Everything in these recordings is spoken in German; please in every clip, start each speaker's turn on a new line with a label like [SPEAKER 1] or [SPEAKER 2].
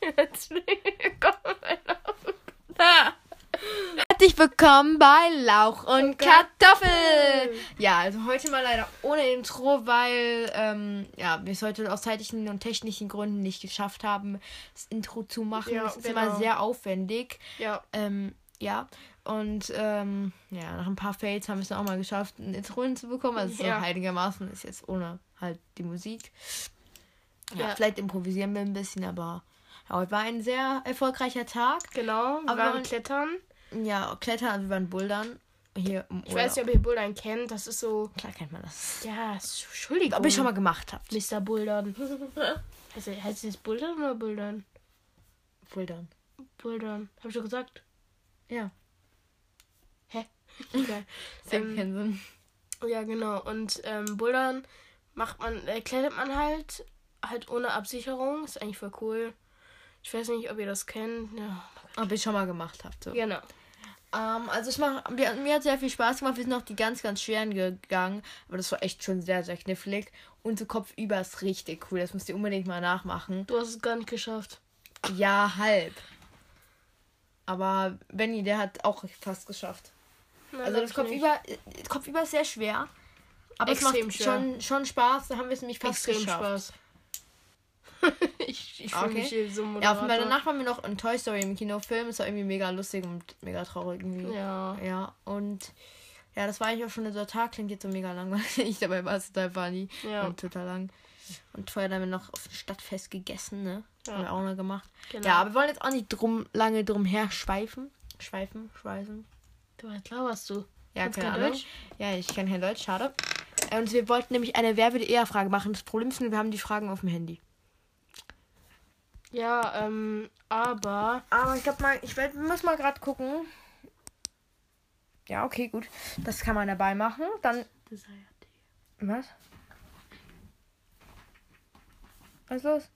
[SPEAKER 1] Herzlich willkommen bei Lauch und
[SPEAKER 2] Herzlich willkommen bei Lauch und,
[SPEAKER 1] Und Kartoffeln.
[SPEAKER 2] Kartoffeln. Ja, also heute mal leider ohne Intro, weil ähm, ja, wir es heute aus zeitlichen und technischen Gründen nicht geschafft haben, das Intro zu machen.
[SPEAKER 1] Ja,
[SPEAKER 2] das ist
[SPEAKER 1] genau.
[SPEAKER 2] immer sehr aufwendig.
[SPEAKER 1] Ja,
[SPEAKER 2] Ähm, ja, und ähm, ja, nach ein paar Fails haben wir es dann auch mal geschafft, ein Intro hinzubekommen. Also
[SPEAKER 1] Ja.
[SPEAKER 2] so heiligermaßen ist jetzt ohne halt die Musik. Ja,
[SPEAKER 1] Ja.
[SPEAKER 2] vielleicht improvisieren wir ein bisschen, aber ja, heute war ein sehr erfolgreicher Tag.
[SPEAKER 1] genau. Wir
[SPEAKER 2] Aber
[SPEAKER 1] waren
[SPEAKER 2] man-
[SPEAKER 1] klettern.
[SPEAKER 2] Ja, Klettern, also wir waren Bouldern. Hier im Urlaub.
[SPEAKER 1] Ich weiß nicht, ob ihr Bouldern kennt. Das ist so.
[SPEAKER 2] Klar kennt man das.
[SPEAKER 1] Ja, Entschuldigung.
[SPEAKER 2] Ob ich schon mal gemacht habe.
[SPEAKER 1] Mr. Bouldern. heißt, das- heißt das Bouldern oder Bouldern?
[SPEAKER 2] Bouldern.
[SPEAKER 1] Bouldern. Hab ich schon gesagt.
[SPEAKER 2] Ja.
[SPEAKER 1] Hä? Egal. Ähm,
[SPEAKER 2] Ähm,
[SPEAKER 1] Ja, genau. Und ähm, Bouldern macht man, äh, klettert man halt, halt ohne Absicherung. Ist eigentlich voll cool. Ich weiß nicht, ob ihr das kennt. Ja,
[SPEAKER 2] ob ich schon mal gemacht habe. So.
[SPEAKER 1] genau.
[SPEAKER 2] Ähm, also ich mach, mir, mir hat sehr viel Spaß gemacht. Wir sind auch die ganz, ganz schweren gegangen. Aber das war echt schon sehr, sehr knifflig. Und so kopfüber ist richtig cool. Das müsst ihr unbedingt mal nachmachen.
[SPEAKER 1] Du hast es gar nicht geschafft.
[SPEAKER 2] Ja, halb. Aber Benny, der hat auch fast geschafft.
[SPEAKER 1] Nein,
[SPEAKER 2] Also
[SPEAKER 1] hab
[SPEAKER 2] das
[SPEAKER 1] ich
[SPEAKER 2] Kopfüber, äh, Kopfüber ist sehr schwer. Aber es
[SPEAKER 1] Extrem
[SPEAKER 2] macht
[SPEAKER 1] schwer.
[SPEAKER 2] schon, schon Spaß. Da haben wir es nämlich fast
[SPEAKER 1] extrem
[SPEAKER 2] geschafft.
[SPEAKER 1] Spaß. ich ich fühle
[SPEAKER 2] Okay.
[SPEAKER 1] mich hier so
[SPEAKER 2] Ja, auf jeden Fall.
[SPEAKER 1] Moderator.
[SPEAKER 2] Danach waren wir noch in Toy Story im Kinofilm. Es war irgendwie mega lustig und mega traurig irgendwie.
[SPEAKER 1] Ja.
[SPEAKER 2] Ja, und ja, das war eigentlich auch schon unser Tag. Klingt jetzt so mega langweilig. Dabei war es total funny
[SPEAKER 1] Ja.
[SPEAKER 2] und total lang. Und vorher haben wir noch auf dem Stadtfest gegessen, ne?
[SPEAKER 1] Ja.
[SPEAKER 2] Haben wir auch noch gemacht.
[SPEAKER 1] Genau.
[SPEAKER 2] Ja, aber wir wollen jetzt auch nicht drum, lange drum her schweifen. Schweifen, schweifen.
[SPEAKER 1] Du, was laberst du?
[SPEAKER 2] Ja,
[SPEAKER 1] Kannst
[SPEAKER 2] keine
[SPEAKER 1] kein
[SPEAKER 2] Ahnung.
[SPEAKER 1] Deutsch?
[SPEAKER 2] Ja, ich kann kein Deutsch, schade. Und wir wollten nämlich eine Wer würde eher Frage machen. Das Problem ist, nur, wir haben die Fragen auf dem Handy.
[SPEAKER 1] Ja, ähm, aber
[SPEAKER 2] Aber ich glaube mal, ich werd, muss mal gerade gucken. Ja, okay, gut. Das kann man dabei machen. Dann. Was? Was ist los?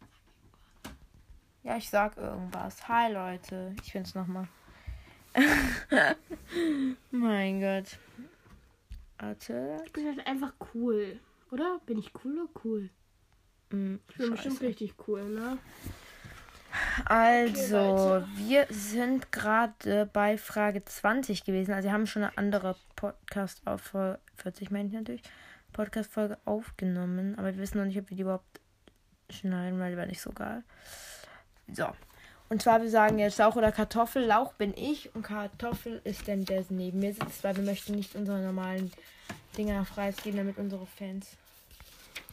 [SPEAKER 2] Ja, ich sag irgendwas. Hi Leute. Ich bin's nochmal. mein Gott. Warte.
[SPEAKER 1] ich bin halt einfach cool. Oder? Bin ich cool oder cool?
[SPEAKER 2] Hm,
[SPEAKER 1] Ich bin bestimmt
[SPEAKER 2] scheiße.
[SPEAKER 1] richtig cool, ne?
[SPEAKER 2] Also, wir sind gerade bei Frage 20 gewesen. Also, wir haben schon eine andere Podcast-Folge, 40 meine ich natürlich, Podcast-Folge aufgenommen. Aber wir wissen noch nicht, ob wir die überhaupt schneiden, weil die war nicht so geil. So. Und zwar, wir sagen jetzt Lauch oder Kartoffel. Lauch bin ich und Kartoffel ist denn der der neben mir sitzt, weil wir möchten nicht unsere normalen Dinger freigeben, damit unsere Fans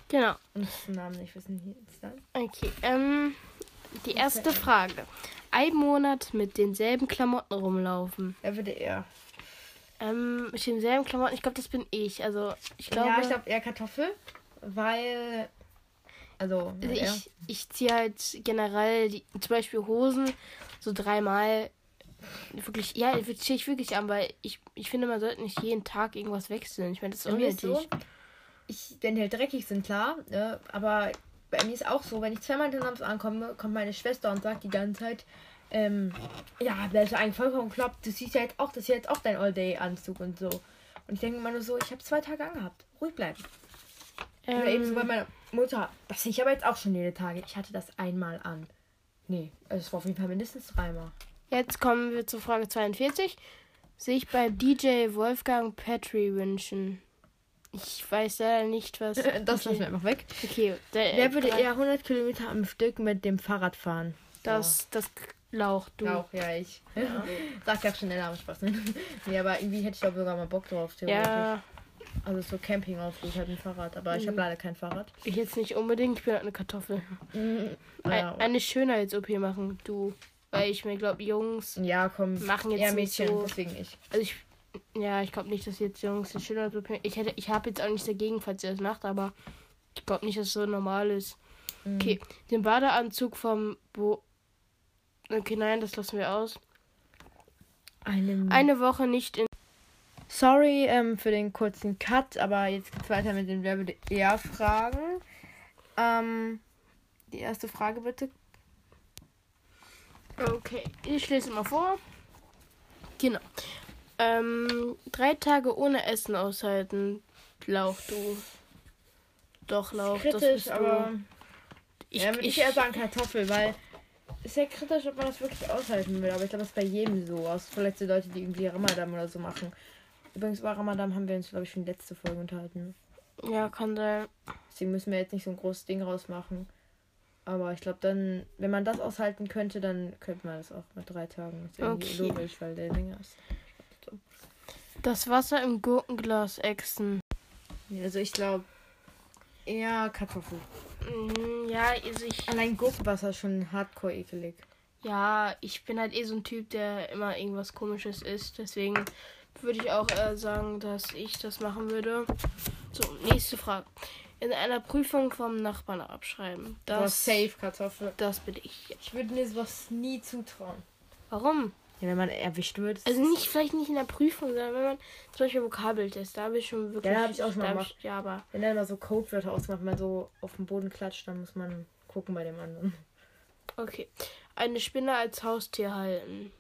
[SPEAKER 1] Genau.
[SPEAKER 2] unseren Namen nicht wissen. Hier ist dann.
[SPEAKER 1] Okay, ähm, die erste Frage. Ein Monat mit denselben Klamotten rumlaufen.
[SPEAKER 2] Er würde eher.
[SPEAKER 1] Ähm, mit denselben Klamotten, ich glaube, das bin ich. Also, ich glaube,
[SPEAKER 2] ja, ich glaube eher Kartoffel, weil. Also,
[SPEAKER 1] also
[SPEAKER 2] ja.
[SPEAKER 1] ich, ich ziehe halt generell die, zum Beispiel Hosen so dreimal wirklich, ja, ich ziehe ich wirklich an, weil ich, ich finde, man sollte nicht jeden Tag irgendwas wechseln. Ich meine, das ist
[SPEAKER 2] bei mir ist
[SPEAKER 1] unnötig.
[SPEAKER 2] so, ich, wenn die halt dreckig sind, klar, ne? aber bei mir ist auch so, wenn ich zweimal hintereinander ankomme, kommt meine Schwester und sagt die ganze Zeit, ähm, ja, das ist eigentlich vollkommen klappt, du siehst ja jetzt auch, das ist ja jetzt auch dein All-Day-Anzug und so. Und ich denke immer nur so, ich habe zwei Tage angehabt, ruhig bleiben. Oder eben so
[SPEAKER 1] Ähm,
[SPEAKER 2] bei meiner Mutter, das sehe ich aber jetzt auch schon jede Tage, ich hatte das einmal an. Nee, also es war auf jeden Fall mindestens dreimal.
[SPEAKER 1] Jetzt kommen wir zu Frage 42. Sich bei DJ Wolfgang Petri wünschen. Ich weiß leider nicht, was.
[SPEAKER 2] Das lassen wir
[SPEAKER 1] okay.
[SPEAKER 2] einfach weg.
[SPEAKER 1] okay, der,
[SPEAKER 2] Wer würde
[SPEAKER 1] äh,
[SPEAKER 2] eher 100 Kilometer am Stück mit dem Fahrrad fahren?
[SPEAKER 1] Das, das Lauch, du.
[SPEAKER 2] Ja, auch, ja, ich. Sag ja schon, der Name Spaß. Ne? nee, aber irgendwie hätte ich da sogar mal Bock drauf, theoretisch.
[SPEAKER 1] Ja,
[SPEAKER 2] Also so camping ich halt ein Fahrrad, aber
[SPEAKER 1] Mhm.
[SPEAKER 2] ich habe leider kein Fahrrad.
[SPEAKER 1] ich jetzt nicht unbedingt. Ich bin halt eine Kartoffel.
[SPEAKER 2] Ja,
[SPEAKER 1] Ein, eine Schönheits-OP machen, du. Weil ich mir glaube, Jungs.
[SPEAKER 2] ja komm,
[SPEAKER 1] Machen jetzt
[SPEAKER 2] eher
[SPEAKER 1] nicht
[SPEAKER 2] Mädchen,
[SPEAKER 1] so-
[SPEAKER 2] deswegen ich.
[SPEAKER 1] Also ich. Ja, ich glaube nicht, dass jetzt Jungs eine Schönheits-OP. Ich, hätte- ich habe jetzt auch nichts dagegen, falls ihr das macht, aber ich glaube nicht, dass es so normal ist.
[SPEAKER 2] Mhm.
[SPEAKER 1] Okay, den Badeanzug vom Bo. Okay, nein, das lassen wir aus.
[SPEAKER 2] Eine,
[SPEAKER 1] Eine Woche nicht in.
[SPEAKER 2] Sorry ähm, für den kurzen Cut, aber jetzt geht's weiter mit den Wer würde eher Fragen. Ähm, die erste Frage bitte.
[SPEAKER 1] Okay, ich lese mal vor. Genau. Ähm, drei Tage ohne Essen aushalten. Lauch, du. Doch, Lauch, das
[SPEAKER 2] Kritisch,
[SPEAKER 1] bist
[SPEAKER 2] aber
[SPEAKER 1] du.
[SPEAKER 2] ja, würde ich eher sagen Kartoffel, weil Ist ja kritisch, ob man das wirklich aushalten will, aber ich glaube, das ist bei jedem so. Aus verletzte Leute, die irgendwie Ramadan oder so machen. Übrigens über Ramadan haben wir uns, glaube ich, schon die letzte Folge unterhalten.
[SPEAKER 1] Ja, kann sein.
[SPEAKER 2] Deswegen müssen wir jetzt nicht so ein großes Ding rausmachen. Aber ich glaube, dann, wenn man das aushalten könnte, dann könnte man das auch mit drei Tagen. Ist irgendwie
[SPEAKER 1] Okay.
[SPEAKER 2] logisch, weil der länger ist.
[SPEAKER 1] Das Wasser im Gurkenglas ächzen.
[SPEAKER 2] Also ich glaube, eher Kartoffel.
[SPEAKER 1] Mm, Ja, also ich,
[SPEAKER 2] Allein Gurkenwasser ist schon hardcore ekelig.
[SPEAKER 1] ja, ich bin halt eh so ein Typ, der immer irgendwas Komisches isst. Deswegen würde ich auch äh, sagen, dass ich das machen würde. So, nächste Frage. In einer Prüfung vom Nachbarn abschreiben.
[SPEAKER 2] Das war
[SPEAKER 1] Das,
[SPEAKER 2] safe Kartoffel.
[SPEAKER 1] das bin ich.
[SPEAKER 2] Ich würde mir sowas nie zutrauen.
[SPEAKER 1] Warum?
[SPEAKER 2] Ja, wenn man erwischt wird.
[SPEAKER 1] Also nicht, vielleicht nicht in der Prüfung, sondern wenn man zum Beispiel Vokabeltest, da habe ich schon wirklich.
[SPEAKER 2] Ja, hab ich auch schon
[SPEAKER 1] da
[SPEAKER 2] mal
[SPEAKER 1] hab ich- Ja, aber.
[SPEAKER 2] Wenn dann mal so Codewörter ausmacht, man so auf den Boden klatscht, dann muss man gucken bei dem anderen.
[SPEAKER 1] Okay. Eine Spinne als Haustier halten.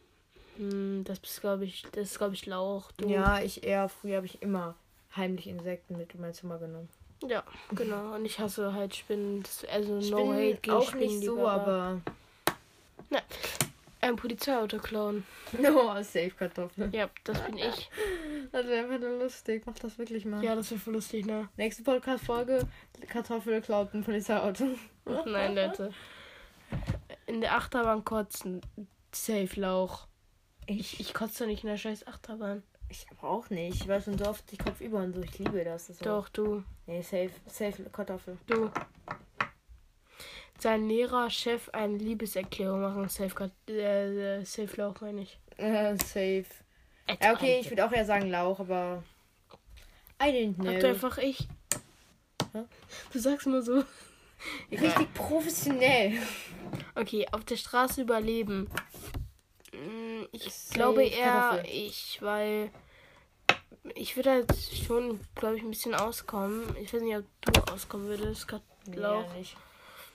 [SPEAKER 1] Hm, das ist, glaube ich, das ist, glaube ich, Lauch. Du.
[SPEAKER 2] Ja, ich eher, früher habe ich immer heimlich Insekten mit in mein Zimmer genommen.
[SPEAKER 1] Ja, genau. Und ich hasse halt Spinnen. Das, also
[SPEAKER 2] Ich
[SPEAKER 1] no
[SPEAKER 2] bin
[SPEAKER 1] hate gegen
[SPEAKER 2] auch
[SPEAKER 1] Spinnen,
[SPEAKER 2] nicht so,
[SPEAKER 1] lieber,
[SPEAKER 2] aber.
[SPEAKER 1] Ein Polizeiauto klauen.
[SPEAKER 2] No, safe Kartoffel.
[SPEAKER 1] Ja, das bin ich.
[SPEAKER 2] Das wäre einfach nur lustig. Mach das wirklich mal.
[SPEAKER 1] Ja, das wäre voll lustig, ne?
[SPEAKER 2] Nächste Podcast-Folge: Kartoffel klaut ein Polizeiauto.
[SPEAKER 1] Nein, Leute. In der Achterbahn kotzen. Safe Lauch. Ich, ich kotze doch nicht in der scheiß Achterbahn.
[SPEAKER 2] Ich aber auch nicht. Ich war schon so oft die Kopf über und so. Ich liebe das. das ist
[SPEAKER 1] Doch, du.
[SPEAKER 2] auch- Nee, safe, safe Kartoffel.
[SPEAKER 1] Du. Sein Lehrer, Chef, eine Liebeserklärung machen. Safe, äh, äh, safe Lauch, meine ich.
[SPEAKER 2] Äh, safe. Ja, okay, ich würde auch eher sagen Lauch, aber. I didn't
[SPEAKER 1] Habt ihr
[SPEAKER 2] know.
[SPEAKER 1] einfach ich.
[SPEAKER 2] Hä?
[SPEAKER 1] Du sagst nur so.
[SPEAKER 2] Richtig professionell.
[SPEAKER 1] Okay, auf der Straße überleben. Mm, Ich
[SPEAKER 2] Safe
[SPEAKER 1] glaube eher
[SPEAKER 2] Kartoffel.
[SPEAKER 1] ich, weil ich würde halt schon, glaube ich, ein bisschen auskommen. Ich weiß nicht, ob du auskommen würdest. Kat-
[SPEAKER 2] Nee,
[SPEAKER 1] Lauch.
[SPEAKER 2] ja, nicht.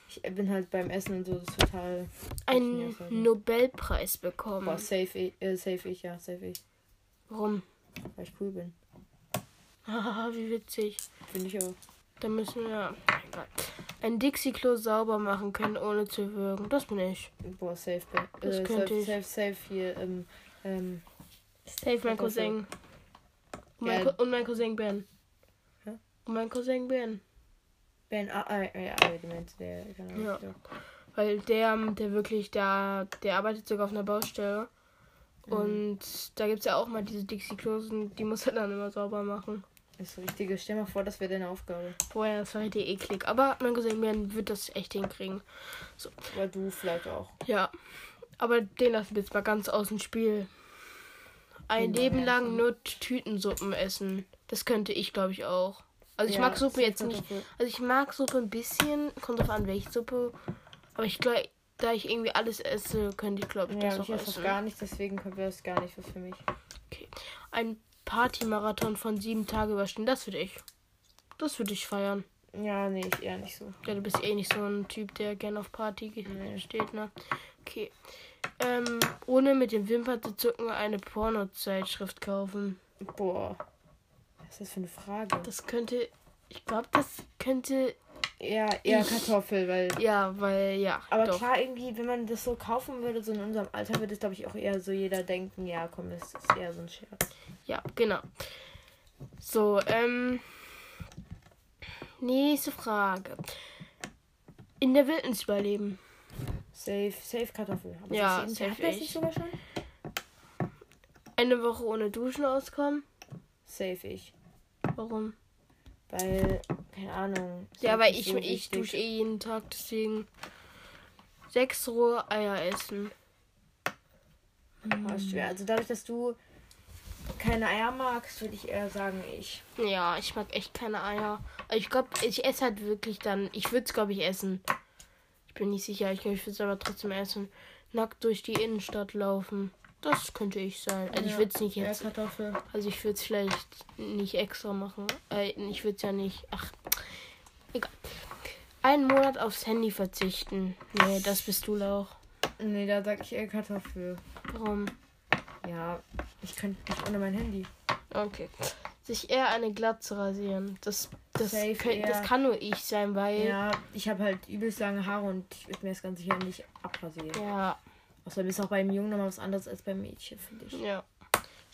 [SPEAKER 2] Ich bin halt beim Essen und so das ist total. Ja,
[SPEAKER 1] Einen
[SPEAKER 2] voll.
[SPEAKER 1] Nobelpreis bekommen.
[SPEAKER 2] Boah, safe, ich- äh, safe ich, ja, safe ich.
[SPEAKER 1] Warum?
[SPEAKER 2] Weil ich cool bin.
[SPEAKER 1] Haha, wie witzig.
[SPEAKER 2] Finde ich auch.
[SPEAKER 1] Da müssen wir. Egal. Ein Dixie-Klo sauber machen können, ohne zu würgen. Das bin ich.
[SPEAKER 2] Boah, safe. bin-
[SPEAKER 1] Das
[SPEAKER 2] Äh,
[SPEAKER 1] könnte
[SPEAKER 2] safe,
[SPEAKER 1] ich.
[SPEAKER 2] safe, safe hier. Ähm, ähm,
[SPEAKER 1] Safe, mein Cousin. Und mein,
[SPEAKER 2] Ja.
[SPEAKER 1] Cou- und mein Cousin Ben.
[SPEAKER 2] Hä?
[SPEAKER 1] Und mein Cousin Ben.
[SPEAKER 2] ben, ah, ah, ja, ah, die meinte der. Keine Ahnung,
[SPEAKER 1] Ja.
[SPEAKER 2] ja.
[SPEAKER 1] Weil der, ähm, der wirklich da, der arbeitet sogar auf einer Baustelle. Und da gibt es ja auch mal diese Dixie-Klosen, die muss er dann immer sauber machen.
[SPEAKER 2] Ist so richtige. Stell mal vor, das wäre deine Aufgabe.
[SPEAKER 1] Vorher, das war halt eh eklig. Aber mein Cousin Ben wird das echt hinkriegen.
[SPEAKER 2] Aber du vielleicht auch.
[SPEAKER 1] Ja. Aber den lassen wir jetzt mal ganz außen Spiel. Ein
[SPEAKER 2] Ja,
[SPEAKER 1] Leben
[SPEAKER 2] ja,
[SPEAKER 1] lang nur Tütensuppen essen. Das könnte ich, glaube ich, auch. Also ich mag Suppe
[SPEAKER 2] safe
[SPEAKER 1] jetzt nicht.
[SPEAKER 2] Kartoffel.
[SPEAKER 1] Also ich mag Suppe ein bisschen, kommt drauf an, welche Suppe. Aber ich glaube, da ich irgendwie alles esse, könnte ich, glaube ich, das
[SPEAKER 2] Ja,
[SPEAKER 1] auch
[SPEAKER 2] ich esse das
[SPEAKER 1] essen.
[SPEAKER 2] gar nicht, deswegen wäre das gar nicht was für mich.
[SPEAKER 1] Okay. Ein Partymarathon von sieben Tagen überstehen, das würde ich. Das würde ich feiern.
[SPEAKER 2] Ja, nee, ich eher nicht so.
[SPEAKER 1] Ja, du bist eh nicht so ein Typ, der gerne auf Party ge-
[SPEAKER 2] Nee.
[SPEAKER 1] steht, ne? Okay. Ähm, ohne mit den Wimpern zu zucken, eine Pornozeitschrift kaufen.
[SPEAKER 2] Boah. Was ist das für eine Frage?
[SPEAKER 1] Das könnte. Ich glaube, das könnte.
[SPEAKER 2] Ja, eher
[SPEAKER 1] Ich-
[SPEAKER 2] Kartoffel, weil.
[SPEAKER 1] Ja, weil, ja.
[SPEAKER 2] Aber
[SPEAKER 1] doch.
[SPEAKER 2] klar, irgendwie, wenn man das so kaufen würde, so in unserem Alter, würde es, glaube ich, auch eher so jeder denken, ja, komm, das ist eher so ein Scherz.
[SPEAKER 1] Ja, genau. So, ähm. Nächste Frage. In der Wildnis überleben.
[SPEAKER 2] Safe, safe Kartoffel. Aber
[SPEAKER 1] Ja,
[SPEAKER 2] das ist
[SPEAKER 1] safe
[SPEAKER 2] eben, hat das
[SPEAKER 1] ich.
[SPEAKER 2] nicht sogar schon?
[SPEAKER 1] Eine Woche ohne Duschen auskommen.
[SPEAKER 2] Safe ich.
[SPEAKER 1] Warum?
[SPEAKER 2] Weil, keine Ahnung.
[SPEAKER 1] Ja,
[SPEAKER 2] safe
[SPEAKER 1] weil
[SPEAKER 2] ist
[SPEAKER 1] ich,
[SPEAKER 2] so
[SPEAKER 1] ich
[SPEAKER 2] wichtig.
[SPEAKER 1] dusche eh jeden Tag, deswegen. Sechs rohe Eier essen.
[SPEAKER 2] Boah, ist schwer. Also dadurch, dass du keine Eier magst, würde ich eher sagen, ich.
[SPEAKER 1] Ja, ich mag echt keine Eier. Aber ich glaube, ich esse halt wirklich dann. Ich würde es, glaube ich, essen. Ich bin nicht sicher. Ich glaube, ich würde es aber trotzdem essen. Nackt durch die Innenstadt laufen. Das könnte ich sein. Also ich
[SPEAKER 2] Ja.
[SPEAKER 1] würde es nicht jetzt.
[SPEAKER 2] Kartoffel.
[SPEAKER 1] Also ich würde es vielleicht nicht extra machen. Äh, ich würde es ja nicht. Ach, egal. Einen Monat aufs Handy verzichten. Nee, das bist du Lauch.
[SPEAKER 2] Nee, da sag ich eher Kartoffel.
[SPEAKER 1] Warum?
[SPEAKER 2] Ja, ich könnte nicht ohne mein Handy.
[SPEAKER 1] Okay. Sich eher eine Glatze rasieren. Das, Das,
[SPEAKER 2] safe
[SPEAKER 1] könnt, das
[SPEAKER 2] eher-
[SPEAKER 1] kann nur ich sein, weil. Ja.
[SPEAKER 2] Ja, ich habe halt übelst lange Haare und ich würde mir das ganz sicher nicht abrasieren.
[SPEAKER 1] ja,
[SPEAKER 2] Außerdem ist auch beim Jungen nochmal was anderes als beim Mädchen, finde ich.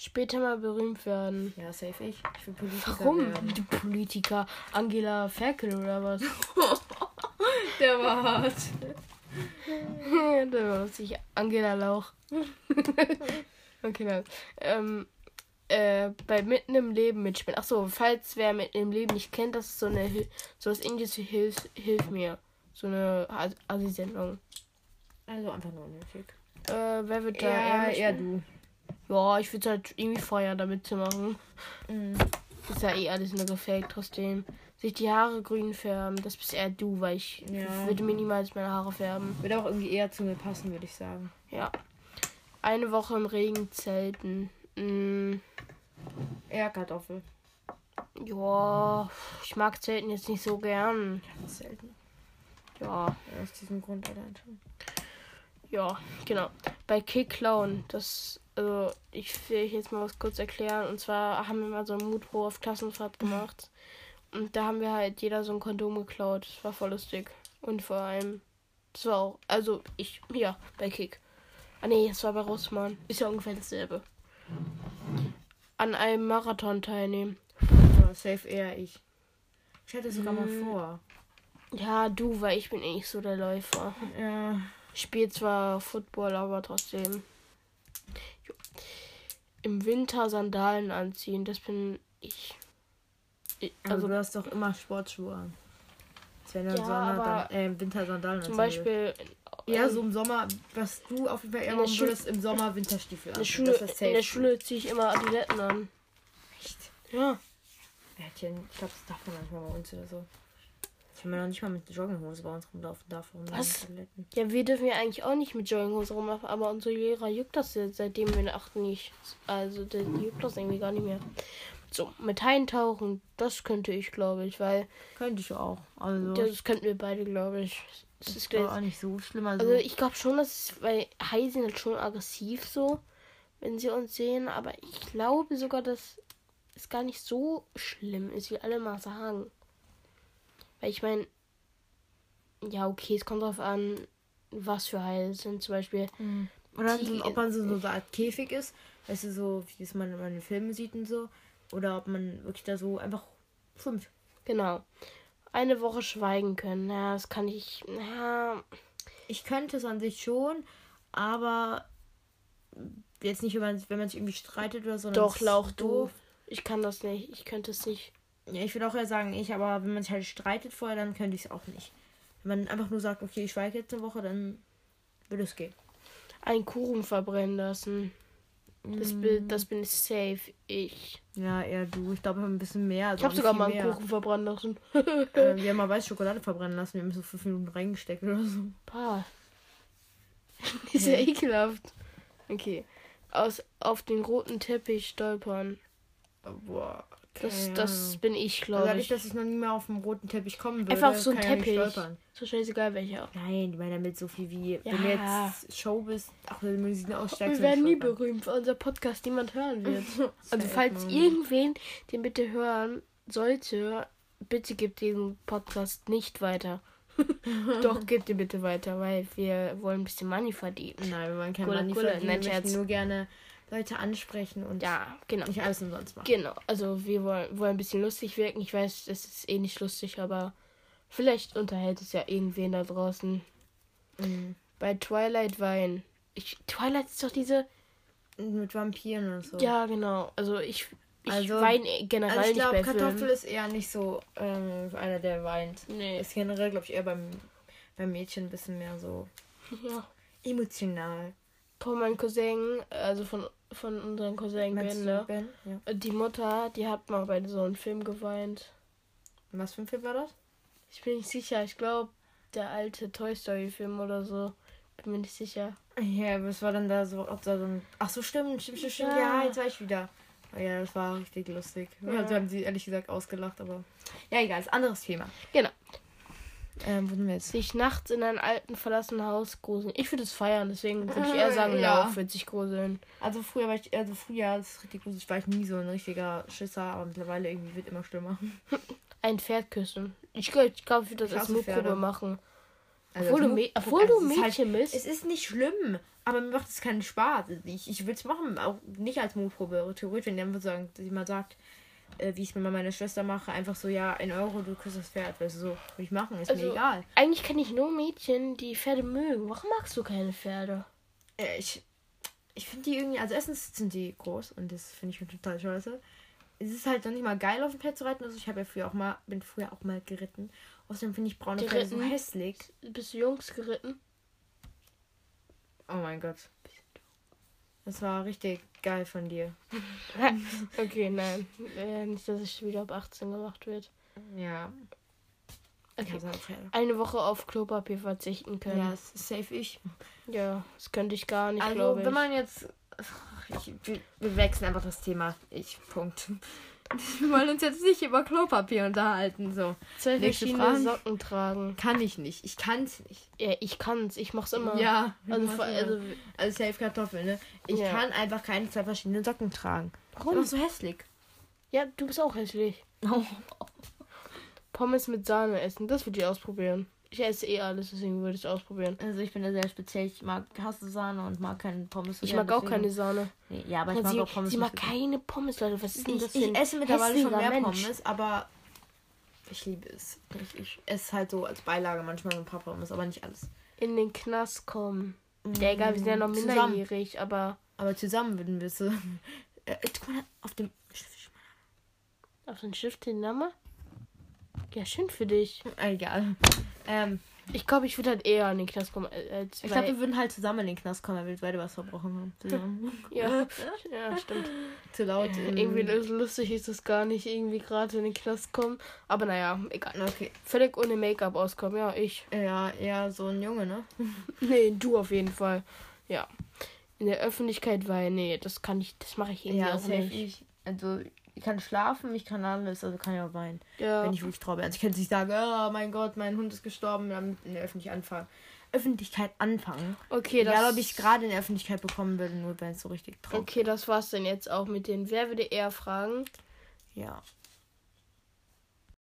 [SPEAKER 1] Später mal berühmt werden.
[SPEAKER 2] Ja, safe ich. Ich will Politiker
[SPEAKER 1] Warum?
[SPEAKER 2] werden.
[SPEAKER 1] Du Politiker. Angela Ferkel oder was?
[SPEAKER 2] Der war hart.
[SPEAKER 1] da muss ich Angela Lauch. okay, nein. Ähm, äh, bei Mitten im Leben mitspielen. Achso, falls wer Mitten im Leben nicht kennt, das ist so eine Hil- so was ähnliches wie Hilf, Hilf mir. So eine As- Assi-Sendung.
[SPEAKER 2] Also einfach nur unnötig.
[SPEAKER 1] Äh, wer wird da
[SPEAKER 2] Ja,
[SPEAKER 1] eher
[SPEAKER 2] eher
[SPEAKER 1] mitspielen?
[SPEAKER 2] du.
[SPEAKER 1] Ja, ich würde halt irgendwie Feuer damit zu machen.
[SPEAKER 2] Mhm.
[SPEAKER 1] Ist ja eh alles nur gefaked, trotzdem. Sich die Haare grün färben, das bist eher du, weil ich
[SPEAKER 2] Ja.
[SPEAKER 1] würde mir niemals meine Haare färben.
[SPEAKER 2] Würde auch irgendwie eher zu mir passen, würde ich sagen.
[SPEAKER 1] Ja. Eine Woche im Regen zelten. Mm.
[SPEAKER 2] Eher Kartoffel.
[SPEAKER 1] Ja, ich mag Zelten jetzt nicht so gern.
[SPEAKER 2] Das ist selten.
[SPEAKER 1] Ja,
[SPEAKER 2] Ja, aus diesem Grund allein schon.
[SPEAKER 1] ja, genau. Bei Kick Clown, das, also ich will jetzt mal was kurz erklären. Und zwar haben wir mal so einen Mutprobe auf Klassenfahrt gemacht. Und da haben wir halt jeder so ein Kondom geklaut. Das war voll lustig. Und vor allem, das war auch, also ich, ja, bei Kick. Ah nee, das war bei Rossmann. Ist ja ungefähr dasselbe. An einem Marathon teilnehmen.
[SPEAKER 2] Ja, safe eher ich. Ich hätte es sogar mal
[SPEAKER 1] Mhm.
[SPEAKER 2] vor.
[SPEAKER 1] Ja, du, weil ich bin eh nicht so der Läufer.
[SPEAKER 2] Ja.
[SPEAKER 1] Ich spiele zwar Football, aber trotzdem. Jo. Im Winter Sandalen anziehen, das bin ich. Ich-
[SPEAKER 2] Also
[SPEAKER 1] Also
[SPEAKER 2] du hast doch immer Sportschuhe an. Als Wenn du
[SPEAKER 1] Ja,
[SPEAKER 2] im Sommer
[SPEAKER 1] aber
[SPEAKER 2] dann, äh, im Winter Sandalen
[SPEAKER 1] zum
[SPEAKER 2] anziehen
[SPEAKER 1] Beispiel.
[SPEAKER 2] würdest. Ja,
[SPEAKER 1] ähm,
[SPEAKER 2] so Also im Sommer, was du auf jeden Fall eher
[SPEAKER 1] in der
[SPEAKER 2] machen
[SPEAKER 1] Schule-
[SPEAKER 2] würdest, im Sommer Winterstiefel
[SPEAKER 1] in
[SPEAKER 2] an.
[SPEAKER 1] der Schule,
[SPEAKER 2] das ist safe.
[SPEAKER 1] in der Schule ziehe ich immer Adiletten an.
[SPEAKER 2] Echt?
[SPEAKER 1] Ja.
[SPEAKER 2] Mädchen, ich glaube, das darf man manchmal bei uns oder so. Ich will mir noch nicht mal mit Jogginghose bei uns rumlaufen darf. warum dann
[SPEAKER 1] Was?
[SPEAKER 2] mit Toiletten?
[SPEAKER 1] Ja, wir dürfen ja eigentlich auch nicht mit Jogginghose rumlaufen, aber unsere Lehrer juckt das jetzt, seitdem wir in der achten nicht. Also, das juckt das irgendwie gar nicht mehr. So, mit Eintauchen, das könnte ich, glaube ich, weil
[SPEAKER 2] Könnte ich auch. Also,
[SPEAKER 1] das könnten wir beide, glaube ich. Es ist
[SPEAKER 2] ist auch nicht so schlimm. Also,
[SPEAKER 1] Also ich glaube schon, dass es, weil Hai sind halt schon aggressiv so, wenn sie uns sehen, aber ich glaube sogar, dass es gar nicht so schlimm ist, wie alle mal sagen. Weil ich meine, ja, okay, es kommt drauf an, was für Haie es sind. Zum Beispiel,
[SPEAKER 2] Mhm. Oder
[SPEAKER 1] Die-
[SPEAKER 2] so, ob man so, so eine Art Käfig ist, weißt du, so wie es man in den Filmen sieht und so. Oder ob man wirklich da so einfach schwimmt.
[SPEAKER 1] genau, eine Woche schweigen können. Ja, das kann ich, na,
[SPEAKER 2] Ich könnte es an sich schon, aber jetzt nicht, wenn man, wenn man sich irgendwie streitet oder so. dann
[SPEAKER 1] doch,
[SPEAKER 2] ist es
[SPEAKER 1] Lauch, du.
[SPEAKER 2] doof.
[SPEAKER 1] Ich kann das nicht, ich könnte es nicht.
[SPEAKER 2] Ja, ich würde auch eher sagen, ich, aber wenn man sich halt streitet vorher, dann könnte ich es auch nicht. Wenn man einfach nur sagt, okay, ich schweige jetzt eine Woche, dann würde es gehen.
[SPEAKER 1] Ein Kuchen verbrennen lassen. Das,
[SPEAKER 2] Mhm.
[SPEAKER 1] bin, das bin ich safe, ich.
[SPEAKER 2] Ja, eher du. Ich glaube, wir haben ein bisschen mehr. also
[SPEAKER 1] Ich habe
[SPEAKER 2] auch
[SPEAKER 1] sogar
[SPEAKER 2] viel
[SPEAKER 1] mal einen
[SPEAKER 2] mehr.
[SPEAKER 1] Kuchen verbrannt lassen.
[SPEAKER 2] Äh, wir haben mal weiß Schokolade verbrennen lassen. Wir haben so fünf Minuten reingesteckt oder so.
[SPEAKER 1] Pah. Ist ja ekelhaft. Okay. Aus, auf den roten Teppich stolpern.
[SPEAKER 2] Boah.
[SPEAKER 1] Das, das bin ich,
[SPEAKER 2] also
[SPEAKER 1] glaube
[SPEAKER 2] dadurch,
[SPEAKER 1] ich.
[SPEAKER 2] dass ich noch nie mehr auf dem roten Teppich kommen würde.
[SPEAKER 1] Einfach auf so einen
[SPEAKER 2] kann ich ja nicht
[SPEAKER 1] Teppich.
[SPEAKER 2] stolpern.
[SPEAKER 1] So scheißegal welcher.
[SPEAKER 2] Nein, ich meine damit so viel wie, wenn du
[SPEAKER 1] Ja.
[SPEAKER 2] jetzt Show bist, auch wenn oh, du sie aussteigst.
[SPEAKER 1] Wir werden nie
[SPEAKER 2] stolpern.
[SPEAKER 1] berühmt, weil unser Podcast niemand hören wird. Also
[SPEAKER 2] Safe,
[SPEAKER 1] falls
[SPEAKER 2] Mann.
[SPEAKER 1] irgendwen den bitte hören sollte, bitte gebt diesen Podcast nicht weiter. Doch, gebt ihn bitte weiter, weil wir wollen ein bisschen Money verdienen.
[SPEAKER 2] Nein, wir wollen kein
[SPEAKER 1] Gula-
[SPEAKER 2] Money
[SPEAKER 1] Gula-
[SPEAKER 2] verdienen.
[SPEAKER 1] nein,
[SPEAKER 2] Wir möchten
[SPEAKER 1] Scherz.
[SPEAKER 2] nur gerne Leute ansprechen und
[SPEAKER 1] Ja, genau.
[SPEAKER 2] nicht alles umsonst machen.
[SPEAKER 1] Genau, also wir wollen, wollen ein bisschen lustig wirken. Ich weiß, es ist eh nicht lustig, aber vielleicht unterhält es ja irgendwen da draußen.
[SPEAKER 2] Mhm.
[SPEAKER 1] Bei Twilight Wein. Ich, Twilight ist doch diese.
[SPEAKER 2] Mit Vampiren und so.
[SPEAKER 1] Ja, genau. Also ich, ich
[SPEAKER 2] Also-
[SPEAKER 1] weine generell
[SPEAKER 2] also ich glaube,
[SPEAKER 1] nicht bei
[SPEAKER 2] Kartoffel
[SPEAKER 1] Filmen.
[SPEAKER 2] ist eher nicht so ähm, einer, der weint.
[SPEAKER 1] Nee.
[SPEAKER 2] Ist generell, glaube ich, eher beim, beim Mädchen ein bisschen mehr so
[SPEAKER 1] Ja.
[SPEAKER 2] emotional.
[SPEAKER 1] Von meinem Cousin, also von, von unseren Cousin
[SPEAKER 2] Meinst
[SPEAKER 1] Ben,
[SPEAKER 2] du,
[SPEAKER 1] ne?
[SPEAKER 2] Ben? Ja.
[SPEAKER 1] Die Mutter, die hat mal bei so einem Film geweint.
[SPEAKER 2] Und Was für ein Film war das?
[SPEAKER 1] Ich bin nicht sicher. Ich glaube, der alte Toy Story-Film oder so. Bin mir nicht sicher.
[SPEAKER 2] Ja, aber es war dann da so, ob da so ein. Ach so, stimmt, stimmt, stimmt, stimmt. Ja,
[SPEAKER 1] Ja.
[SPEAKER 2] jetzt war ich wieder. Oh Ja, das war richtig lustig.
[SPEAKER 1] Ja.
[SPEAKER 2] Also haben sie ehrlich gesagt ausgelacht, aber. Ja, egal, ist ein anderes Thema.
[SPEAKER 1] Genau.
[SPEAKER 2] Ähm, wo sind wir jetzt?
[SPEAKER 1] sich nachts in einem alten verlassenen Haus gruseln. Ich würde es feiern, deswegen würde ich eher sagen,
[SPEAKER 2] Ja.
[SPEAKER 1] ja. Lauf wird sich gruseln.
[SPEAKER 2] Also früher war ich, also früher, das ist richtig gruselig, war ich nie so ein richtiger Schisser, aber mittlerweile irgendwie wird immer schlimmer.
[SPEAKER 1] ein Pferd küssen. Ich glaube, ich, glaub, ich würde das
[SPEAKER 2] Ich
[SPEAKER 1] als
[SPEAKER 2] hasse Pferde.
[SPEAKER 1] Mutprobe machen.
[SPEAKER 2] Also
[SPEAKER 1] obwohl
[SPEAKER 2] als
[SPEAKER 1] du,
[SPEAKER 2] Mu-
[SPEAKER 1] Mä- obwohl du
[SPEAKER 2] also es ist
[SPEAKER 1] Mädchen
[SPEAKER 2] Halt,
[SPEAKER 1] bist.
[SPEAKER 2] es ist nicht schlimm, aber mir macht es keinen Spaß. Also Ich, ich will es machen, auch nicht als Mutprobe. Theoretisch, wenn jemand sagt, jemand sagt äh, wie ich es mit meiner Schwester mache, einfach so, ja, ein Euro, du küsst das Pferd. Weißt du, so, würde ich machen, ist
[SPEAKER 1] Also-
[SPEAKER 2] mir egal.
[SPEAKER 1] Eigentlich kenne ich nur Mädchen, die Pferde mögen. Warum magst du keine Pferde?
[SPEAKER 2] Äh, ich ich finde die irgendwie, also erstens sind die groß und das finde ich total scheiße. Es ist halt noch nicht mal geil, auf dem Pferd zu reiten. Also ich habe ja früher auch mal, bin früher auch mal geritten. Außerdem finde ich braune Pferde so
[SPEAKER 1] Geritten?
[SPEAKER 2] hässlich.
[SPEAKER 1] Bist du Jungs geritten?
[SPEAKER 2] Oh mein Gott. Das war richtig geil von dir.
[SPEAKER 1] Okay, nein. Äh, nicht, dass ich wieder ab 18 gemacht wird.
[SPEAKER 2] Ja. Ich
[SPEAKER 1] Okay.
[SPEAKER 2] hasse halt Pferde.
[SPEAKER 1] Eine Woche auf Klopapier verzichten
[SPEAKER 2] Ja,
[SPEAKER 1] können.
[SPEAKER 2] das ist safe ich.
[SPEAKER 1] Ja, das könnte ich gar nicht,
[SPEAKER 2] also,
[SPEAKER 1] glaube ich.
[SPEAKER 2] wenn man jetzt. Ach, Ich, wir, wir wechseln einfach das Thema. Ich, Punkt. Wir wollen uns jetzt nicht über Klopapier unterhalten. So.
[SPEAKER 1] Zwei
[SPEAKER 2] nächste
[SPEAKER 1] verschiedene
[SPEAKER 2] Frage.
[SPEAKER 1] Socken tragen.
[SPEAKER 2] Kann ich nicht. Ich kann's nicht.
[SPEAKER 1] Ja, ich kann's. Ich mach's immer.
[SPEAKER 2] Ja.
[SPEAKER 1] Also, vor- also
[SPEAKER 2] also safe Kartoffeln, ne? Ich
[SPEAKER 1] Ja.
[SPEAKER 2] kann einfach keine zwei verschiedenen Socken tragen.
[SPEAKER 1] warum?
[SPEAKER 2] so hässlich.
[SPEAKER 1] Ja, du bist auch hässlich.
[SPEAKER 2] Oh.
[SPEAKER 1] Pommes mit Sahne essen, das würde ich ausprobieren. Ich esse eh alles, deswegen würde ich es ausprobieren.
[SPEAKER 2] Also, ich bin da sehr speziell. Ich mag hasse Sahne und mag keine Pommes. so
[SPEAKER 1] Ich
[SPEAKER 2] gern,
[SPEAKER 1] mag auch
[SPEAKER 2] deswegen-
[SPEAKER 1] keine Sahne.
[SPEAKER 2] Nee, ja, aber ich
[SPEAKER 1] Und
[SPEAKER 2] mag
[SPEAKER 1] sie,
[SPEAKER 2] auch Pommes.
[SPEAKER 1] sie mag
[SPEAKER 2] nicht.
[SPEAKER 1] keine Pommes, Leute. Was ist denn das
[SPEAKER 2] ich,
[SPEAKER 1] für ein
[SPEAKER 2] ich esse mittlerweile schon
[SPEAKER 1] hässlicher
[SPEAKER 2] mehr
[SPEAKER 1] Mensch?
[SPEAKER 2] Pommes, aber ich liebe es. Ich, ich esse halt so als Beilage manchmal so ein paar Pommes, aber nicht alles.
[SPEAKER 1] In den Knast kommen. Ja, egal, wir sind ja noch
[SPEAKER 2] Mhm. Zusammen.
[SPEAKER 1] minderjährig, aber
[SPEAKER 2] Aber zusammen würden wir es. so- Äh, guck mal, auf dem.
[SPEAKER 1] auf den Schiff den Name? Ja, schön für dich.
[SPEAKER 2] Äh, Egal. Ähm,
[SPEAKER 1] Ich glaube, ich würde halt eher in den Knast kommen äh, als
[SPEAKER 2] ich glaube,
[SPEAKER 1] bei-
[SPEAKER 2] wir würden halt zusammen in den Knast kommen, weil wir beide was verbrochen haben. Zusammen.
[SPEAKER 1] ja, ja, stimmt.
[SPEAKER 2] Zu laut. ähm,
[SPEAKER 1] Irgendwie lu- lustig ist es gar nicht, irgendwie gerade in den Knast kommen. Aber naja, egal.
[SPEAKER 2] Okay.
[SPEAKER 1] Völlig ohne Make-up auskommen, ja, ich.
[SPEAKER 2] Ja, eher so ein Junge, ne?
[SPEAKER 1] Nee, du auf jeden Fall. Ja. In der Öffentlichkeit weil, nee, das kann ich, das mache ich irgendwie
[SPEAKER 2] Ja,
[SPEAKER 1] auch
[SPEAKER 2] safe.
[SPEAKER 1] nicht.
[SPEAKER 2] Ich, also, ich kann schlafen, ich kann alles, also kann ja weinen.
[SPEAKER 1] Ja.
[SPEAKER 2] wenn ich wirklich traurig bin. Also ich könnte nicht sagen, oh mein Gott, mein Hund ist gestorben, damit in der Öffentlichkeit anfangen. Öffentlichkeit anfangen.
[SPEAKER 1] Okay, das.
[SPEAKER 2] Egal, ob ich es gerade in der Öffentlichkeit bekommen würde, nur wenn es so richtig traurig
[SPEAKER 1] Okay, das war's denn jetzt auch mit den. Wer würde eher fragen?
[SPEAKER 2] Ja.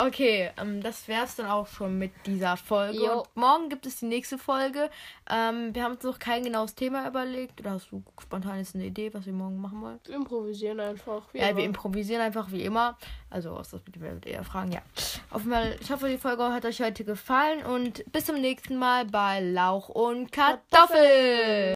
[SPEAKER 2] Okay, ähm, das wär's dann auch schon mit dieser Folge.
[SPEAKER 1] Jo.
[SPEAKER 2] Und morgen gibt es die nächste Folge. Ähm, wir haben uns noch kein genaues Thema überlegt. Oder hast du spontan jetzt eine Idee, was wir morgen machen wollen?
[SPEAKER 1] Improvisieren einfach. wie
[SPEAKER 2] Ja, wir
[SPEAKER 1] immer.
[SPEAKER 2] improvisieren einfach wie immer. Also aus das mit dem werdet ihr erfragen, ja. Auf jeden Fall, ich hoffe, die Folge hat euch heute gefallen und bis zum nächsten Mal bei Lauch und Kartoffel.